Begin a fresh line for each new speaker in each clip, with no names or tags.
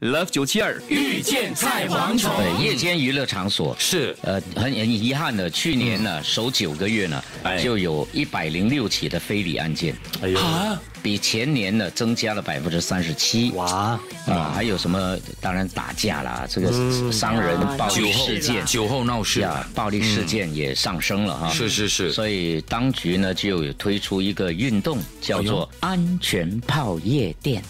Love 九七二
遇见菜蝗虫，
对，夜间娱乐场所
是
呃，很很遗憾的，去年呢，首九个月呢
哎，
就有一百零六起的非礼案件，
哎呦，
啊，
比前年呢增加了百分之三十七。
哇，
啊，还有什么？当然打架啦，这个伤人
啊
暴
酒
力
后
事件，
酒后闹事
呀，暴力事件也上升了哈。
是是是
所以当局呢就有推出一个运动，叫做安全泡夜店。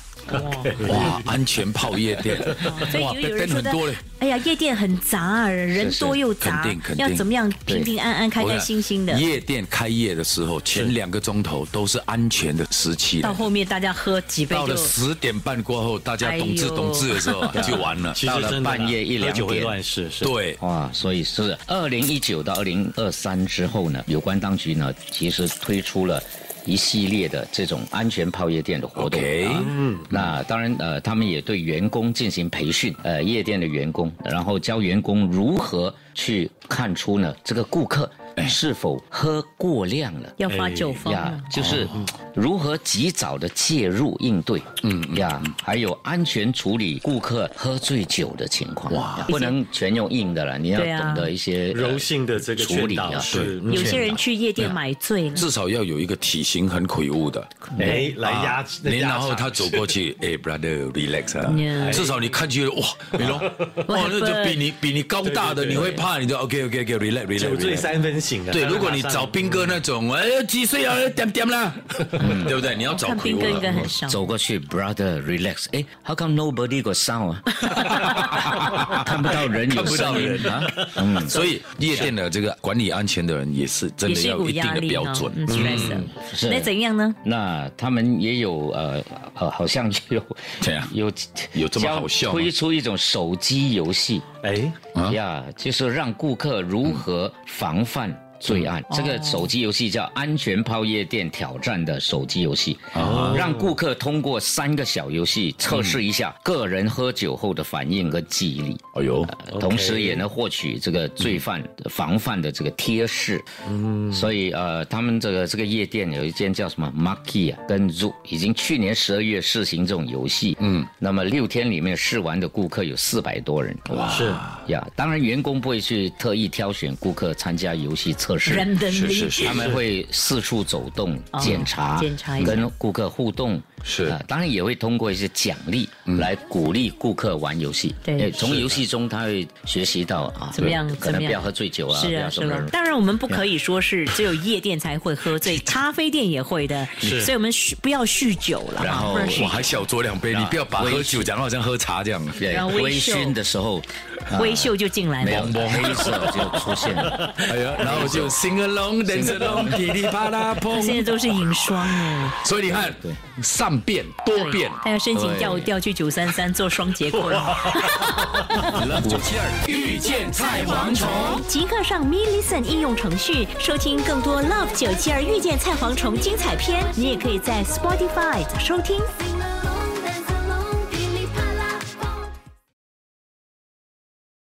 哇，安全泡夜店，
所以
哇，
有有
很
人说的
多嘞。，
哎呀，夜店很杂啊，人
是
多又杂
肯定肯，定
要怎么样
对
平平安安、开开心心的
我跟你。讲夜店开业的时候，前两个钟头都是安全的时期
到
了。
后面大家喝几杯
到
就
了十点半过后，大家
哎呦
懂治懂治的时候啊就完 了。
其
到
实
了
真的
半夜一两
喝酒会
点
乱世，是，
对，
哇，所以是二零一九到二零二三之后呢，有关当局呢其实推出了。一系列的这种安全泡夜店的活动
OK
嗯，那当然，呃，他们也对员工进行培训，呃，夜店的员工，呃然后教员工如何去看出呢这个顾客是否喝过量了。
要发酒疯啊
哎
呀
了，。
就是如何及早的介入应对，嗯呀，还有安全处理顾客喝醉酒的情况，哇，不能全用硬的了，你要
对啊
懂得一些呃
柔性的这个
处
劝
理啊
导，是，
嗯
嗯
有些人去夜
啊
店买醉了，
至少要有一个体型很魁梧的。
哎来压，
你然后
压
他
场
走过 去，哎，brother，relax 啊，
Yeah
至少你看去哇，你龙，哇，那
happened？
就比你比你高大的，
对对对
你会怕，你就 OK OK OK，relax
酒醉
relax。
三分醒啊，
对，
他
如果你
马上
找兵哥那种，哎，几岁啊，点点啦，
嗯
对不对？你要找
看
魁
兵
梧
哥应
的
该很少。
走过去，brother relax，哎，how come nobody got sound 啊？看不到人，有声音啊，嗯，
所以夜店的这个管理安全的人也是真
也
的
是一
要有
股
一定
压
的
力
标
哈
准。
嗯，stress 的
是
那怎样呢？
那他们也有呃，好，好像也有
怎样
有
有这么好笑吗
推出一种手机游戏，
哎，
啊
呀就是让顾客如何防范罪案。这个手机游戏叫“安全泡夜店挑战”的手机游戏，让顾客通过三个小游戏测试一下个人喝酒后的反应和记忆力。
哎呦，
呃同时也能获取这个罪犯防范的这个贴士。嗯，所以呃，他们这个这个夜店有一间叫什么 Marky 啊，跟 Zoo 已经去年十二月试行这种游戏。嗯，那么六天里面试完的顾客有四百多人。哇，
是
呀，当然员工不会去特意挑选顾客参加游戏测试。
是是
randomly
是
他，们会四处走动、检查、
哦检查一下
跟顾客互动，
是
啊当然也会通过一些奖励来鼓励顾客玩游戏。
对
哎从游戏中他会学习到啊，
怎么样
对可
怎么
能
样
不要喝醉酒啊，
是
不
啊，
要
是
什么
吧？当然，我们不可以说是只有夜店才会喝 醉，咖啡店也会的。
是
所以我们酗不要酗酒了，
然后
不酗
我还小酌两杯，你不要把喝酒讲得好像喝茶这样。
对
然后微
微
醺
醺的时候，啊
微秀就进来
没有
了。
黑色就出现了。
哎呀，然后就 sing along dance along，噼里啪啦
现在
砰。
都是影霜哎，
所以你看，善变多变。
他要申请调调去九三三做双节棍，
遇见菜蝗虫。
即刻上 Me Listen 应用程序收听更多 Love 九七二遇见菜蝗虫精彩片。你也可以在 Spotify 收听。
Sing along.